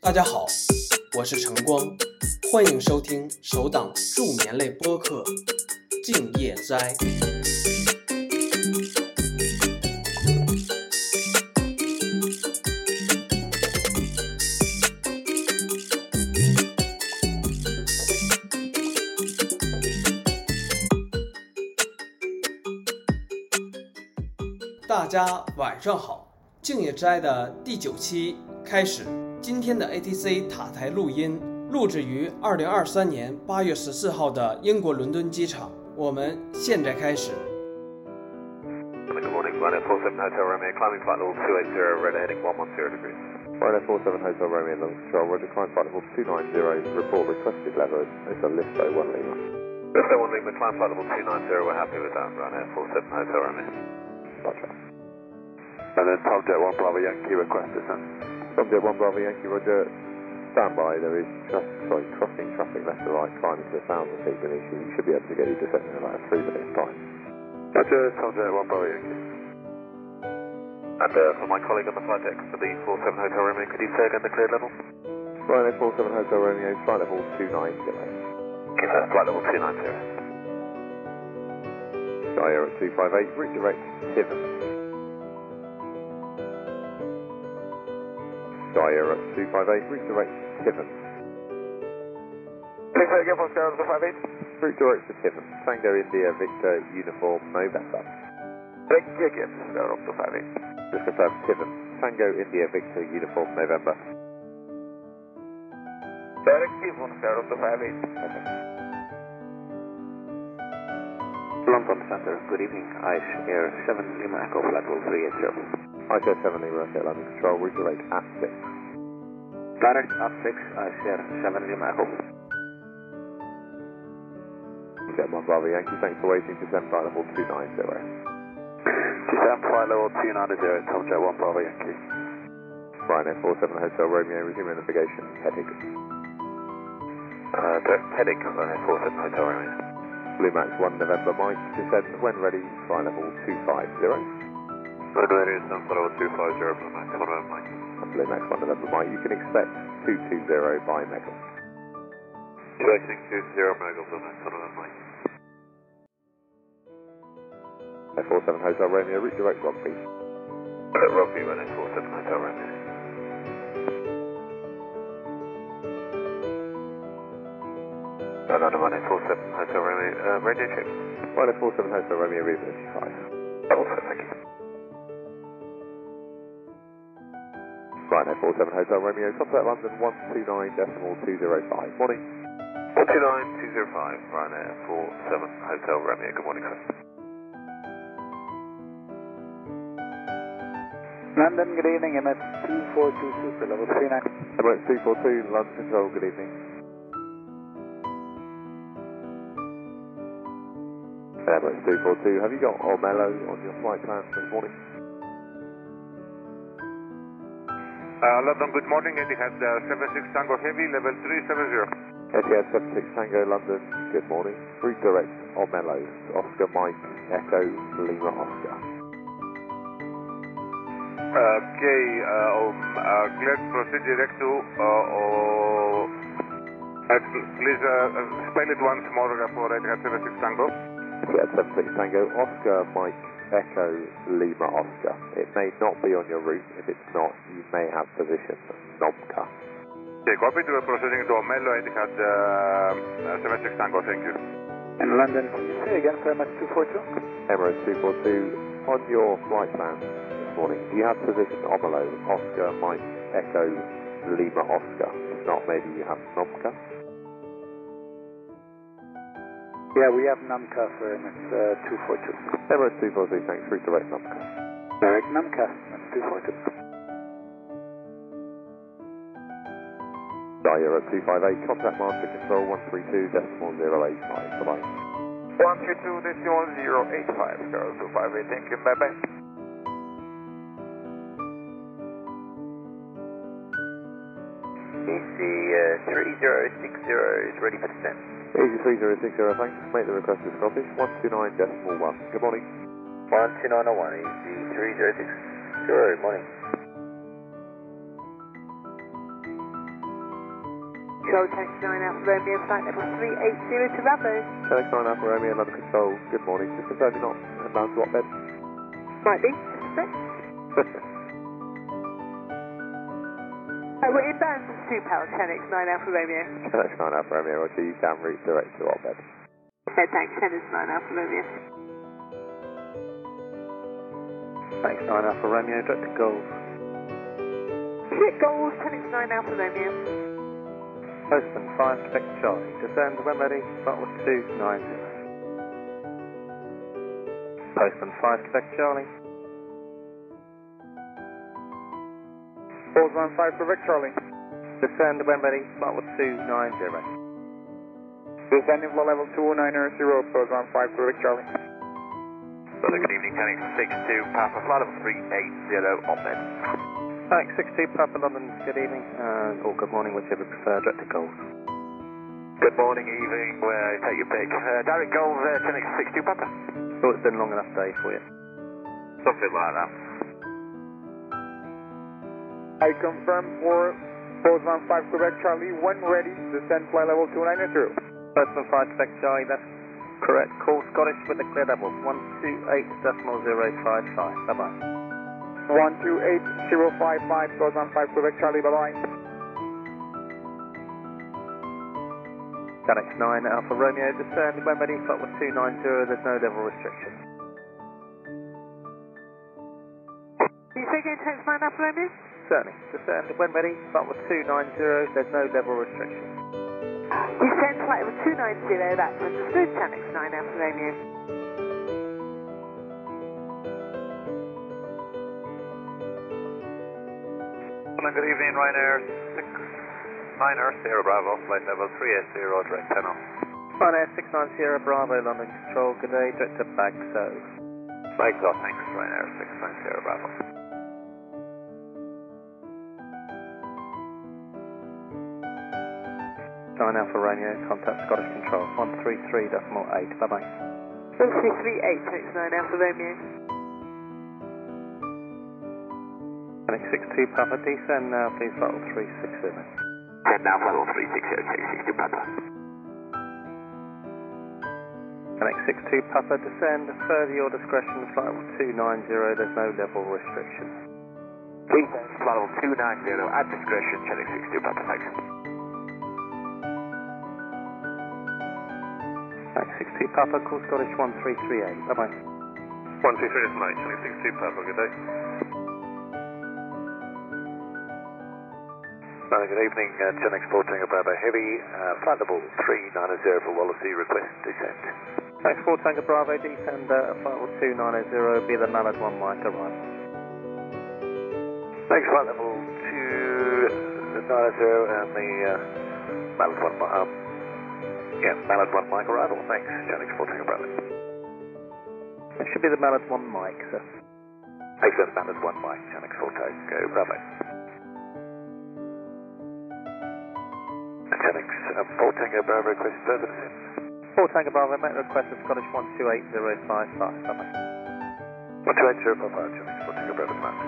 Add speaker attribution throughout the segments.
Speaker 1: 大家好，我是晨光，欢迎收听首档助眠类播客《静夜斋》。大家晚上好，《静夜斋》的第九期开始。今天的 ATC 塔台录音录制于二零二三年八月十四号的英国伦敦机场。我们现在开始。
Speaker 2: Good morning, Ryanair 47 Hotel Romeo, climbing flight level 280, red heading 110 degrees. Ryanair 47 Hotel Romeo, Longstrol, roger, climb flight level 290, report requested level, it's a lift 01 Lima. Lift 01 Lima, climb flight level 290, we're happy with that, Ryanair 47 Hotel Romeo. Roger. And then Tom Jet 1 Bravo Yankee, request descent. Tom Jet 1 Bravo Yankee, roger, stand by, there is traffic, sorry, crossing traffic left to right, climbing to 1,000 feet beneath you, you should be able to get your descent in about three minutes time. Roger, Tom Jet 1 Bravo Yankee. And uh, for my colleague on the flight deck for the 47 Hotel Romeo, could you say again the clear level? Ryanair 47 Hotel Romeo, flight level 290. Okay, sir, flight level 290. Sky Air at 258, route direct, Tiverton. Sky Air at 258, route direct, Tiverton. Take that again, Sky Air 258. Route direct to Tiverton. Tango India Victor Uniform November. Thank you again, Sky Air 258. Just confirm, Tiverton. Tango India Victor Uniform November. Direct Tiverton, Sky Air 258. Okay.
Speaker 3: London Center, good evening. Ice Air 7 Lima Echo Flight level 380.
Speaker 2: ISO 7 Lima Rocket Landing Control, route direct at 6.
Speaker 3: Direct up 6, Ice Air 7 Lima Echo.
Speaker 2: Jet 1 Bravo Yankee, thanks for waiting, descent flight level 290.
Speaker 3: Descent flight level 290, Tom Jet 1 Bravo Yankee.
Speaker 2: Ryanair 47 Hotel Romeo, resume navigation, heading.
Speaker 3: Uh, heading Ryanair 47 Hotel Romeo.
Speaker 2: Blue Max 1 November Mike, descent when ready, flight level 250.
Speaker 3: Good ready, descent flight level 250, Blue Max 1 Romeo Mike.
Speaker 2: And Blue Max 1 November Mike, you can expect 220 by Megal.
Speaker 3: Directing 20 Mega Blue Max 1 Romeo Mike.
Speaker 2: Air 47 Hotel Romeo, route direct Rugby.
Speaker 3: Rugby Runner 47 Hotel Romeo. Another Runner 47 Hotel Romeo, uh, radio check.
Speaker 2: Ryanair 47 Hotel Romeo, route 35.
Speaker 3: Level 7, thank you.
Speaker 2: Ryanair 47 Hotel Romeo, contact London 129.205. Morning.
Speaker 3: 429205, Ryanair 47 Hotel Romeo, good morning, sir.
Speaker 4: London, good evening, MS 242 Super, level 39.
Speaker 2: Emirates 242, London Control, good evening. Emirates 242, have you got Ormello on your flight plan this morning?
Speaker 5: Uh, London, good morning. Eddie has uh, 76 Tango Heavy, level 370.
Speaker 2: Etihad 76 Tango, London, good morning. Route direct Ormello, Oscar Mike, Echo, Lima Oscar.
Speaker 5: Okay, uh, um, uh, cleared proceed direct to. Uh, oh, uh, please uh, uh, spell it once more uh, for Eddie has 76 Tango.
Speaker 2: Etihad 76 Tango, Oscar Mike, Echo, Lima Oscar. It may not be on your route. If it's not, you may have position NOMCA.
Speaker 5: Okay, copy to uh, proceeding to Omelo, Eddie has uh, uh, 76 Tango, thank you.
Speaker 4: And London, can you say again for MS 242?
Speaker 2: Emirates 242, on your flight plan this morning, do you have position Omelo, Oscar, Mike, Echo, Lima, Oscar? If not, maybe you have Snobka.
Speaker 4: Yeah, we have NUMCA for MS uh, 242.
Speaker 2: Emirates 242, thanks, route direct Snobka.
Speaker 4: Direct NUMCA, MS 242.
Speaker 2: Dyer at 258, contact master control 132.085, bye-bye.
Speaker 5: 122, this is 1085, Carol 258, thank you, bye bye.
Speaker 3: Easy uh, 3060 is ready for descent.
Speaker 2: Easy 3060, thanks, make the request to Scottish, 129.1, good morning.
Speaker 5: oh,
Speaker 3: 12901, Easy 3060, morning.
Speaker 6: Control, Tank 9 Alpha Romeo, flight level 380 to Bravo.
Speaker 7: Tank 9 Alpha Romeo, London Control, good morning. Just confirm you're not bound to what bed?
Speaker 6: Might be. Six. Uh, we're inbound from 2 Power, Tank 9 Alpha Romeo.
Speaker 7: Tank 9 Alpha Romeo, Roger, you down route direct to what bed?
Speaker 6: Uh, Tank 10 is 9 Alpha Romeo.
Speaker 2: Tank 9 Alpha Romeo, direct to Gulf.
Speaker 6: Hit goals, Tank 9 Alpha Romeo.
Speaker 2: Postman 5, Quebec Charlie. Descend when ready, throttle 290. Postman 5, Quebec Charlie.
Speaker 4: 415 Quebec Charlie.
Speaker 2: Descend when ready, throttle 290.
Speaker 4: Descending flow level 209 zero, 415 Quebec Charlie.
Speaker 8: Brother, good evening, Tank 62, Papa, flight level 380 on med.
Speaker 2: Tank 62, Papa London, good evening, uh, or good morning, whichever you prefer, direct to Gulf.
Speaker 8: Good morning, evening, where take your pick. Uh, direct goals, uh, Tank 62, Papa.
Speaker 2: Thought Oh, it's been a long enough day for you.
Speaker 8: Something like that.
Speaker 4: I confirm for 415 Quebec Charlie, when ready, descend flight level 290 zero.
Speaker 2: Postman 5, Quebec Charlie, that's correct. Call Scottish with a clear level, 128.055. Bye-bye.
Speaker 4: 128055 415 Quebec Charlie, bye bye.
Speaker 2: Tanx 9 Alpha Romeo, descend when ready, flight with 290, there's no level restriction.
Speaker 6: Can you say again, Tank 9 Alpha Romeo?
Speaker 2: Certainly, descend when ready, flight with 290, there's no level restriction.
Speaker 6: Descend flight level 290, that's understood, Tank 9 Alpha Romeo.
Speaker 8: Brother, good evening, Ryanair 69 Sierra Bravo, flight level 380, direct 10 off.
Speaker 2: Ryanair 690 Bravo, London Control, good day, direct to Bagso.
Speaker 8: Right, go, thanks, Ryanair 69 Sierra Bravo.
Speaker 2: Nine Alpha Romeo, contact Scottish Control, 133.8, bye-bye.
Speaker 6: 338, Tank 9 Alpha Romeo.
Speaker 2: Tanx 62 Papa, descend now, please, flight with 360.
Speaker 8: Descend now, flight level 360, Tank 62, Papa.
Speaker 2: Tanx 62 Papa, descend further your discretion, flight with 290, there's no level restriction.
Speaker 8: Descend flight level 290 at discretion, Tank 62, Papa, thanks.
Speaker 2: Tanx 62 Papa, call Scottish 1338, bye-bye.
Speaker 5: 123 is mate, Tank 62, Papa, good day.
Speaker 8: Brother, good evening, uh, Tank 14 Bravo Heavy, uh, flight level 390 for Wallasey, request descent.
Speaker 2: Tanx 4 Tango Bravo, descend uh, flight with 290, be the Malad 1 mic arrival.
Speaker 8: Thanks, flight level 290 and the uh, Malad 1 mi- um, Yeah, Malad 1 mic arrival. Thanks, Tank 14 Bravo.
Speaker 2: It should be the Malad 1 mic, sir.
Speaker 8: Excellent, Malad 1 mic, Tank 14 go Bravo. Tank uh, 14 Bravo, request further descent.
Speaker 2: 4 Tango Bravo, make request of Scottish 128055, bye-bye.
Speaker 8: 1280 Papa, Tank 14 Bravo, command.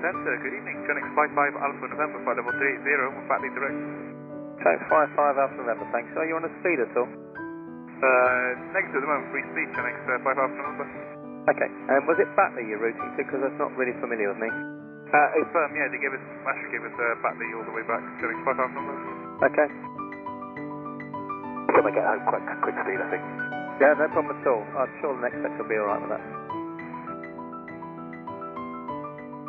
Speaker 5: Center, good evening, Tank 55 Alpha November, flight level 30, flatly direct.
Speaker 2: Tango 55 Alpha November, thanks. Are you on a speed at all?
Speaker 5: Uh, next at the moment, free speed, Tank uh, 5 Alpha November.
Speaker 2: Okay. Um, was it Batley you're routing to? Because that's not really familiar with me.
Speaker 5: Uh, it's firm, yeah, they gave us, actually gave us uh, Batley all the way back, Tank 5 Alpha November.
Speaker 2: Okay.
Speaker 8: Can I get out quick, quick speed, I think.
Speaker 2: Yeah, no problem at all. I'm sure the next sector will be alright with that.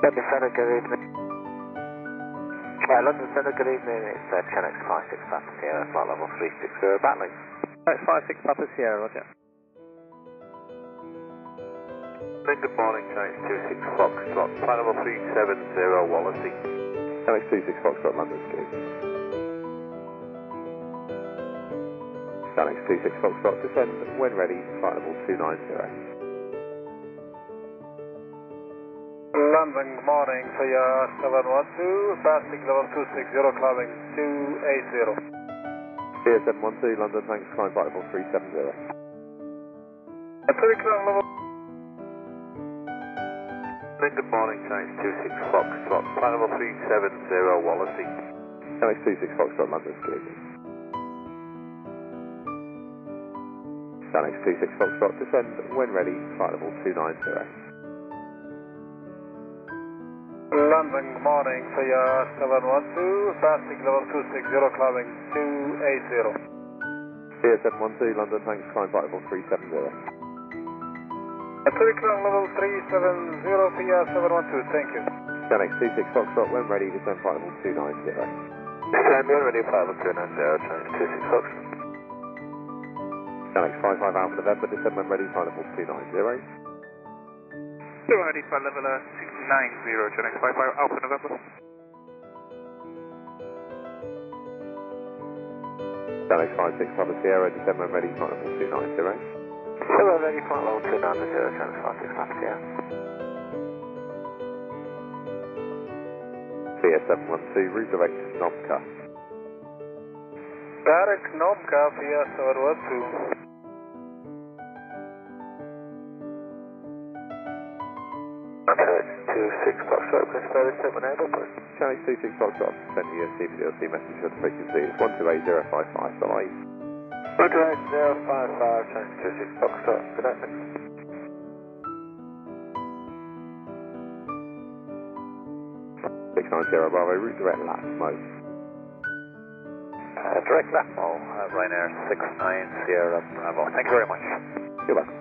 Speaker 8: London Center, good evening. Uh, London Center, good evening. It's uh, Chenex 565 Sierra, flight level 360 Batley.
Speaker 2: That's 56 Papa Sierra, roger.
Speaker 8: Good morning, Chenex 26 Foxtrot, flight level 370 Wallasey.
Speaker 7: Tank 26 Foxtrot, London, good. Tank 26 Foxtrot, descend when ready, flight level 290.
Speaker 4: London, good morning, Sierra 712, passing level 260, climbing 280.
Speaker 7: Here 712, London, thanks, climb flight level 370.
Speaker 4: Pacific Crown level
Speaker 6: Then good morning, change 26 Foxtrot, flight level 370 Wallasey.
Speaker 2: MX26 Foxtrot, London, Skeleton. MX26 Foxtrot, descend when ready, flight level 290.
Speaker 4: London, good morning, Fire 712, fasting level 260, climbing 280.
Speaker 2: Here 712, London, thanks, climb flight level 370.
Speaker 4: Entry climb level 370, Fire 712, thank you.
Speaker 2: MX26 Foxtrot, when ready, descend flight level 290.
Speaker 6: Descend when ready, flight level 290, change 26 Foxtrot.
Speaker 2: Alex 55 Alpha November, descend when ready, flight level 290.
Speaker 9: Still ready for level uh, 690, Genex 55 Alpha November.
Speaker 2: Alex 56 Papa Sierra, descend when ready, flight level 290.
Speaker 6: Hello, ready, flight level 290, change 56 Papa Sierra.
Speaker 2: Clear 712, redirect to Nomka.
Speaker 4: Direct Nomka, Fire 712.
Speaker 6: Change 26 Foxtrot, press further step when able, please.
Speaker 2: Channel 26 Foxtrot, send your CPDLC message on frequency, it's 128055, the light.
Speaker 6: Roger, 055, change 26 Foxtrot, good night.
Speaker 2: Six nine zero Bravo, route direct last mode.
Speaker 6: Uh, direct left, all, uh, Ryanair 69 Sierra Bravo. Thank you very much.
Speaker 2: You're welcome.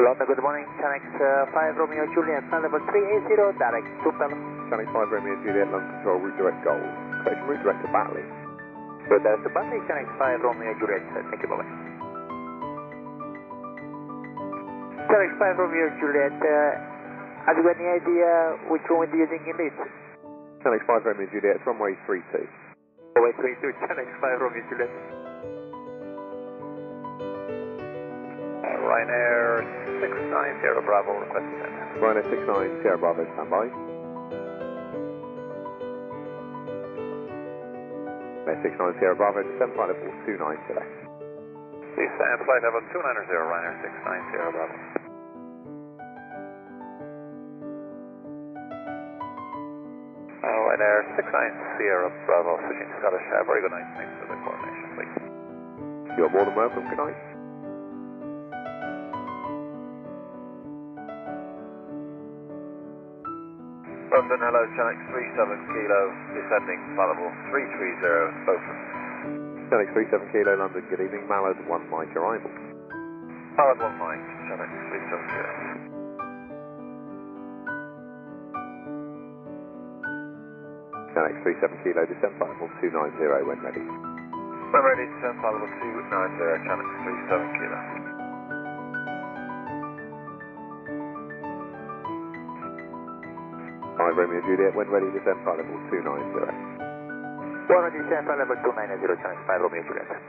Speaker 6: London, good morning, Chanex uh, 5 Romeo Juliet, flight level 380, direct to Pelham.
Speaker 2: Channel 5 Romeo Juliet, London Control, route direct goal. Correction, route direct to Batley.
Speaker 6: Good direct to Bali, Chanex 5 Romeo Juliet, uh, thank you, bye bye. Chanex 5 Romeo Juliet, uh, have you got any idea uh, which one we're using in this?
Speaker 2: Channel 5 Romeo Juliet, runway 32.
Speaker 6: Oh, wait, wait, wait, Chanex 5 Romeo Juliet. Uh, Ryanair 690 Bravo, request descent.
Speaker 2: Ryanair 69 Sierra Bravo, standby. Ryanair 69 Sierra Bravo, descend flight level 290 left.
Speaker 6: Descent flight level 290 Ryanair 690 Bravo. Uh, Ryanair 69 Sierra Bravo, switching to Scottish Have Very good night. Thanks for the coordination, please.
Speaker 2: You're more than welcome, good night.
Speaker 6: London, hello, Chanex 37 Kilo, descending, flight level 330 Beaufort.
Speaker 2: Channel 37 Kilo, London, good evening, Mallard 1 Mike arrival.
Speaker 6: Pilot 1 Mike, Chanex 37 Kilo.
Speaker 2: Channel 37 Kilo, descend flight level 290 when ready.
Speaker 6: We're ready to turn flight level 290, Chanex 37 Kilo.
Speaker 2: Five Romeo Juliet, when ready, descend flight level 290.
Speaker 6: We're ready to turn flight level 290, Chanex 5 Romeo Juliet.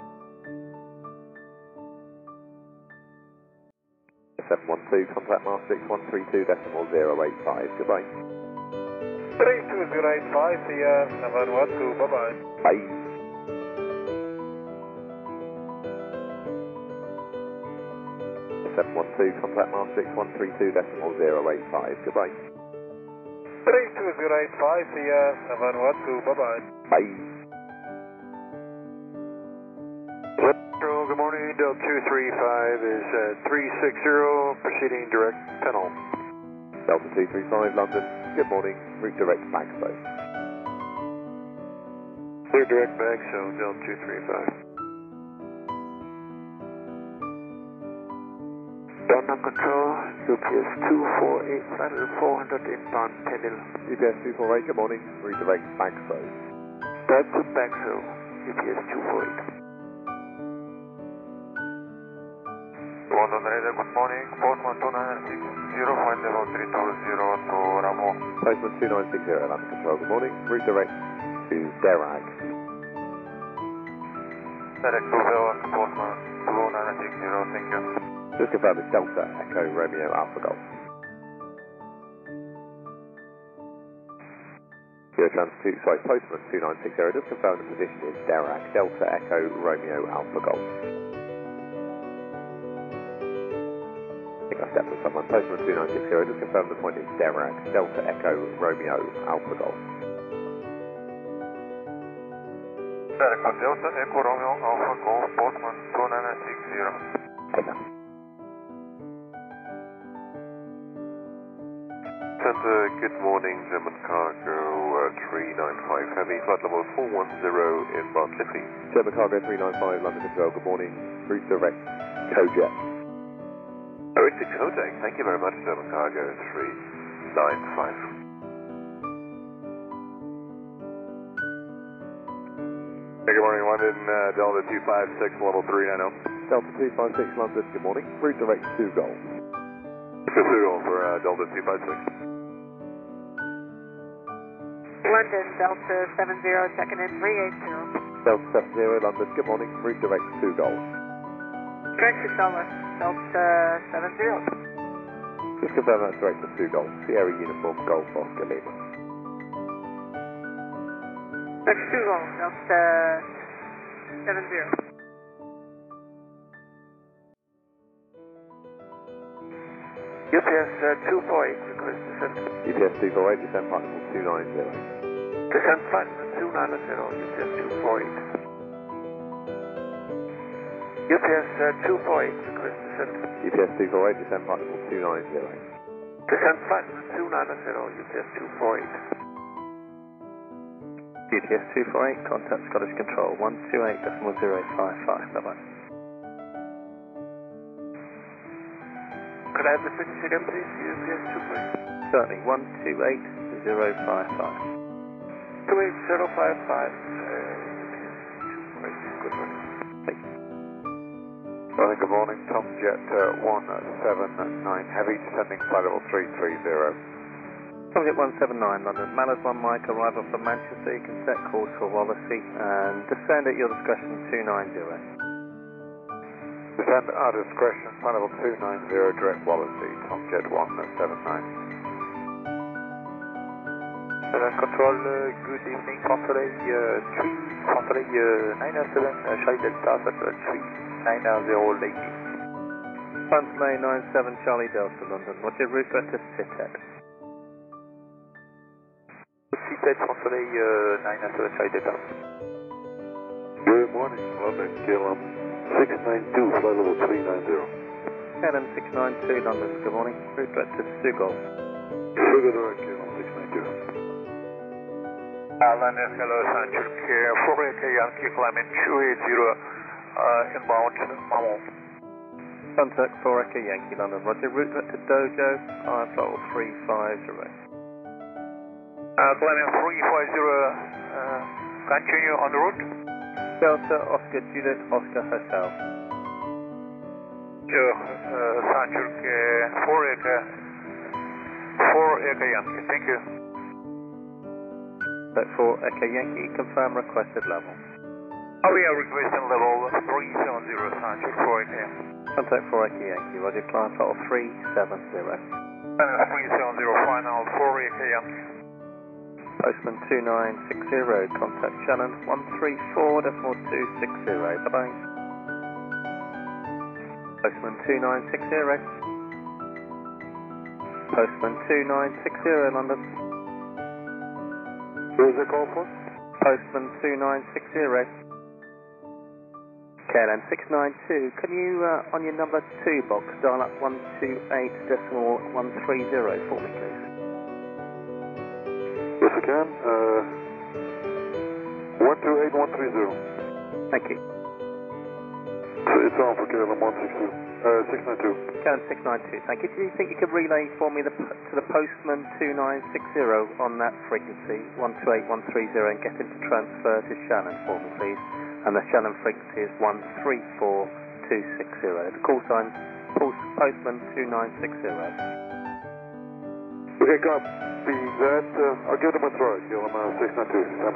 Speaker 2: 712, contact Mars 6132 decimal 085. Goodbye.
Speaker 4: 32085, Fire 712, bye bye.
Speaker 2: Bye. Seven one two, contact Mars six one three two decimal zero eight five. Goodbye.
Speaker 4: 32085, Fire 712, bye bye.
Speaker 2: Bye.
Speaker 10: Control, good morning, Del 235 is uh, 360, proceeding direct tunnel.
Speaker 2: Delta two three five, London. Good morning. Route direct Maxwell.
Speaker 10: Clear direct back, so Del 235.
Speaker 6: London Control, UPS 248, flight level 400 inbound Tenil.
Speaker 2: UPS two four eight. Good morning. Route direct Maxwell.
Speaker 6: Back to back, so UPS 248.
Speaker 10: London Radar, good morning, Portman 2960, flight level 320 to Ramo.
Speaker 2: Postman two nine six zero, London Control. Good morning. Route direct to Derag.
Speaker 10: Direct to Velak, Portman 2960, thank you.
Speaker 2: Just confirm it's Delta Echo Romeo Alpha Golf. Your transport, sorry, Postman 2960, just confirm the position is Derac, Delta Echo Romeo Alpha Golf.
Speaker 7: Left Delta Someone, Postman 2960, just confirm the point is Derac, Delta Echo, Romeo, Alpha Golf.
Speaker 5: Derek, Delta Echo Romeo Alpha Golf Postman 2960.
Speaker 8: Center, uh, good morning, German cargo uh, 395 Heavy, flight level 410 in Bartley, please.
Speaker 7: German Cargo 395, London Control, good morning. Route direct, Kojet.
Speaker 8: Oh, it's a Kodak. Thank you very much, German cargo 395.
Speaker 5: Hey, good morning, London uh, Delta 256, level 390.
Speaker 7: Delta 256, London, good morning. Route direct, two Golf.
Speaker 5: This is Google for uh, Delta 256.
Speaker 6: London Delta 70, checking in 380.
Speaker 7: Delta 70, London, good morning. Route direct, two Golf.
Speaker 6: Correct yourself, Delta 70.
Speaker 7: Just confirm that's direct to two Golf. Sierra Uniform, Golf Oscar Lima.
Speaker 6: That's two goals, Delta 70.
Speaker 2: UPS uh, 248 request descent.
Speaker 7: UPS 248, descend partner 290.
Speaker 2: Descent flight 290, UPS 248. UPS uh, 248 request descent.
Speaker 7: UPS 248, descend partner 290.
Speaker 2: Descent flight 290, UPS 248. UPS 248, contact Scottish Control 128.055, that one. Could I have the finish again, please? UPS 248. Certainly, 128.055. 28055, uh, UPS 248, good morning.
Speaker 5: Well, good morning, Tom Jet uh, 179 Heavy, descending flight level 330.
Speaker 2: Subject 179, London. Mallard 1 Mike, arrival from Manchester. You can set course for Wallasey and descend at your discretion 290.
Speaker 5: Descend at our discretion, flight level 290, direct Wallasey, Tom Jet 179.
Speaker 2: Southern Control, uh, good evening. Control uh, 3, Control uh, 907, uh, oh Charlie Delta, Control 3, 900 Lady. Control 97, Charlie Delta, London. Roger, Rupert to CITEC. CITEC, Control uh, 907, Charlie Delta.
Speaker 5: Good morning, London KLM 692, flight level 390.
Speaker 2: KLM 692, London. Good morning. Rupert to Sugol.
Speaker 5: Sugar Direct KLM 692.
Speaker 8: Alan Escalos and Türkiye, Florida Yankee climbing 280 uh, inbound Mammal.
Speaker 2: Contact 4 Echo Yankee, London. Roger, Rupert to Dojo, IFL 350.
Speaker 8: Uh, climbing 350, uh, continue on the route.
Speaker 2: Delta Oscar Juliet Oscar Hotel.
Speaker 8: Sure, uh, San Türkiye, 4 Echo, 4 Echo Yankee, thank you.
Speaker 2: Contact 4 Echo Yankee, confirm requested level.
Speaker 8: Oh, we are requesting level 370, San Türkiye, 4 Echo.
Speaker 2: Contact 4 Echo Yankee, Roger, climb throttle 370.
Speaker 8: Climbing 370, final 4 Echo Yankee.
Speaker 2: Postman 2960, contact Shannon 134.260. Bye bye. Postman 2960. Postman 2960, London.
Speaker 5: Who is the call for?
Speaker 2: Postman 2960. KLM 692, can you, uh, on your number 2 box, dial up 128.130 for me, please?
Speaker 5: Yes, I can. Uh, 128130.
Speaker 2: Thank you.
Speaker 5: It's Alpha KLM 162, uh, 692.
Speaker 2: KLM 692, thank you. Do you think you could relay for me the, p- to the postman 2960 on that frequency, 128130, and get him to transfer to Shannon for me, please? And the Shannon frequency is 134260. The call sign, post- postman 2960.
Speaker 5: Okay, copy that. Uh, I'll give them a try. Give them uh,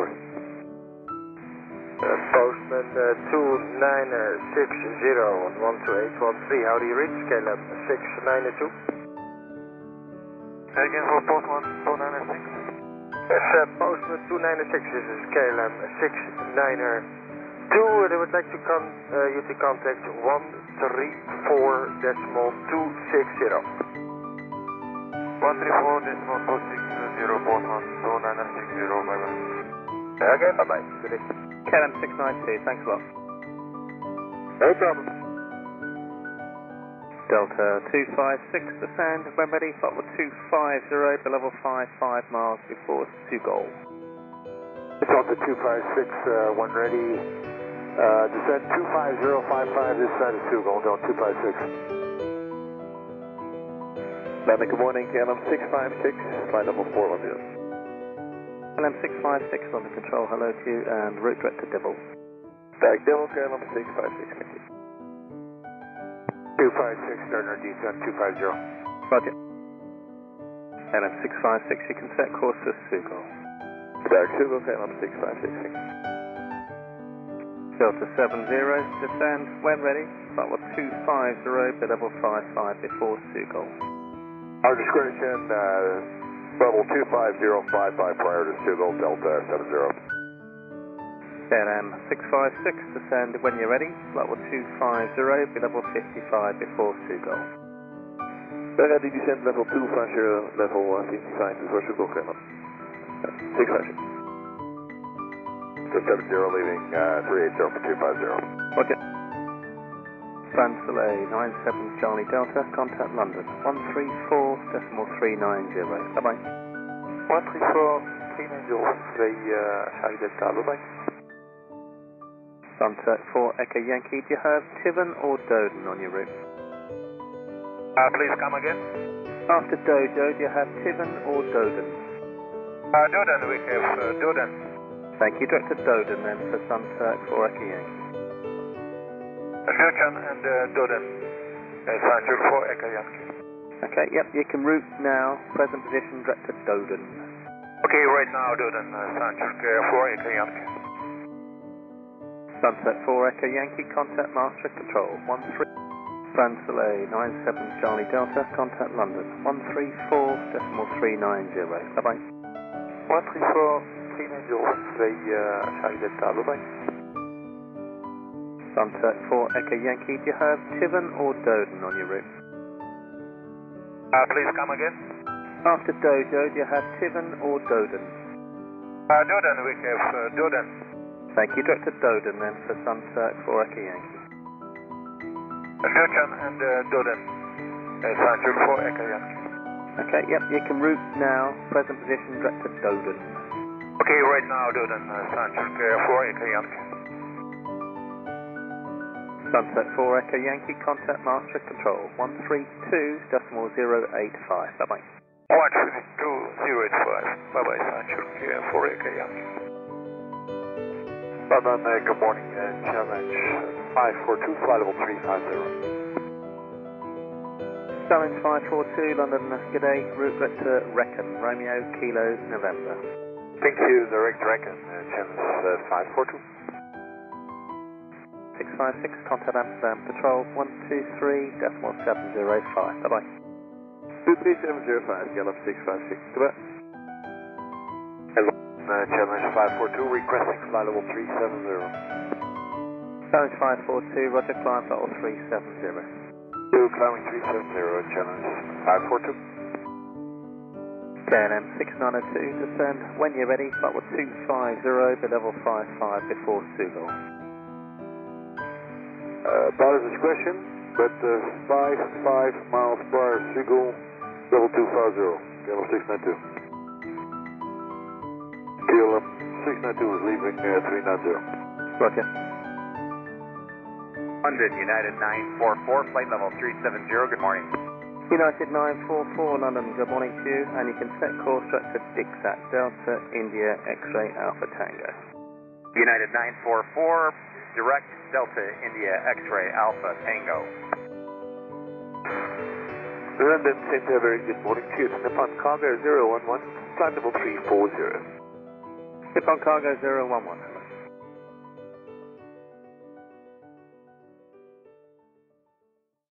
Speaker 5: 692, December.
Speaker 11: Uh, Postman uh, 2960 on 12813. How do you reach? KLM 692.
Speaker 8: Again for Postman 496.
Speaker 11: Yes, uh, Postman 296. This is KLM 692. Two, they would like to con- uh, you to contact
Speaker 8: 134.260, Portland, 2960, bye
Speaker 11: 134.260.
Speaker 8: bye.
Speaker 11: Okay, bye bye. Good day.
Speaker 2: KLM 692, thanks a lot.
Speaker 11: No problem.
Speaker 2: Delta 256, descend, when ready, Foxtrot 250, below 55 miles before Sugol.
Speaker 11: Delta 256, uh, one ready. Uh, descend 25055, this side of Sewell, going 256.
Speaker 7: Landing, good morning, KLM 656, flight level 410.
Speaker 2: KLM 656 on the control, hello to you, and route director Dibble.
Speaker 7: Stag Devil, KLM 656, thank you.
Speaker 11: 256, starting our descent 250.
Speaker 2: Roger. KLM 656, you can set course to Sugol.
Speaker 7: Stag Sugo, KLM 656, thank you.
Speaker 2: Delta 70, descend, when ready, Foxtrot 250, below 55 before Sugol.
Speaker 7: Our discretion, uh, level 250555 prior to Sugo, Delta 70.
Speaker 2: KLM 656, descend when you're ready, level 250, be level 55 before Sugol.
Speaker 7: Go ahead, descend level 250, level uh, 55 before Sugo, KLM. Uh, 650.
Speaker 5: The 70 leaving uh, 380 for 250.
Speaker 2: Roger. France Soleil 97 Charlie Delta, contact London 134.390. Bye bye.
Speaker 11: 134.390, they, uh, Charlie Delta, bye bye.
Speaker 2: Sunset 4 Echo Yankee, do you have Tiven or Doden on your route?
Speaker 8: Uh, please come again.
Speaker 2: After Dojo, do you have Tiven or Doden?
Speaker 8: Uh, Doden, we have uh, Doden.
Speaker 2: Thank you, Director Doden then for Sunset 4 Echo Yankee.
Speaker 8: Lucan and uh, Doden. Uh, Sanjul 4 Echo Yankee.
Speaker 2: Okay, yep, you can route now, present position, Director Doden.
Speaker 8: Okay, right now, Doden, uh, Sanjul uh, 4 Echo Yankee.
Speaker 2: Sunset 4 Echo Yankee, contact Master Control 13. France Soleil 97 Charlie Delta, contact London 134.390. Bye bye.
Speaker 11: 134.390, they, uh, Charlie Delta, bye bye.
Speaker 2: Sunset 4 Echo Yankee, do you have Tiven or Doden on your route?
Speaker 8: Uh, please come again.
Speaker 2: After Dojo, do you have Tiven or Doden?
Speaker 8: Uh, Doden, we have uh, Doden.
Speaker 2: Thank you, Director Doden then for Sunset 4 Echo Yankee.
Speaker 8: Lucan and uh, Doden. Uh, Sanjul 4 Echo Yankee.
Speaker 2: Okay, yep, you can route now, present position, Director Doden.
Speaker 8: Okay, right now, Doden, uh, Sanjul uh, 4 Echo Yankee.
Speaker 2: Sunset 4 Echo Yankee, contact Master Control 132.085. Bye bye.
Speaker 8: 13285. Bye bye, Sanjul uh, 4 Echo Yankee.
Speaker 7: London, uh, good morning, uh, challenge 542, flight level 350.
Speaker 2: Challenge 542, London, good day, route vector Reckon, Romeo, Kilo, November.
Speaker 7: Thank you, Direct Dragon, uh, channel uh, 542.
Speaker 2: 656, contact Amsterdam Patrol 123.705. Bye bye.
Speaker 7: 23705, Gallop 656, goodbye.
Speaker 11: Uh, challenge 542, requesting flight level 370.
Speaker 2: Challenge 542, Roger, climb level 370.
Speaker 11: To climbing 370, challenge 542.
Speaker 2: KLM 6902, descend when you're ready, flight with 250, but level 55 before Sugol.
Speaker 7: Uh, pilot's discretion, but uh, 55 miles per hour, Seagull, level 250, Gallop 692. Gallop 692 is leaving uh, 390.
Speaker 2: Roger.
Speaker 12: London United 944, flight level 370, good morning.
Speaker 2: United 944 London, good morning to you, and you can set course direct to Dixat Delta India X-ray Alpha Tango.
Speaker 12: United 944, direct Delta India X-ray Alpha Tango.
Speaker 7: London St. Everett, good morning to you. Nippon Cargo 011, flight level 340.
Speaker 2: Tip on cargo 011.